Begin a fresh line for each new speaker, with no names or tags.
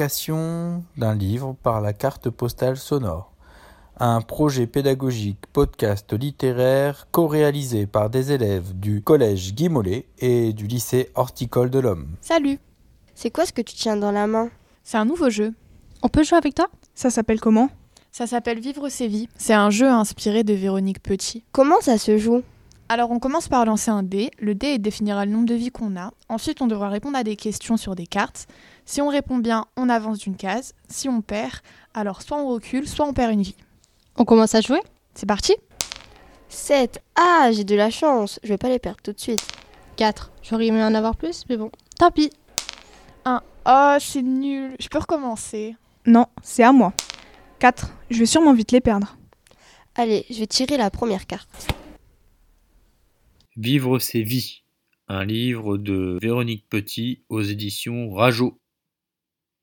Évocation d'un livre par la carte postale sonore. Un projet pédagogique podcast littéraire co-réalisé par des élèves du collège Guy Mollet et du lycée Horticole de l'Homme.
Salut
C'est quoi ce que tu tiens dans la main
C'est un nouveau jeu.
On peut jouer avec toi
Ça s'appelle comment
Ça s'appelle Vivre ses vies. C'est un jeu inspiré de Véronique Petit.
Comment ça se joue
Alors on commence par lancer un dé. Le dé définira le nombre de vies qu'on a. Ensuite on devra répondre à des questions sur des cartes. Si on répond bien, on avance d'une case. Si on perd, alors soit on recule, soit on perd une vie.
On commence à jouer
C'est parti
7. Ah, j'ai de la chance. Je vais pas les perdre tout de suite.
4. J'aurais aimé en avoir plus, mais bon. Tant pis.
Oh, c'est nul. Je peux recommencer.
Non, c'est à moi. 4. Je vais sûrement vite les perdre.
Allez, je vais tirer la première carte.
Vivre ses vies, un livre de Véronique Petit aux éditions Rageot.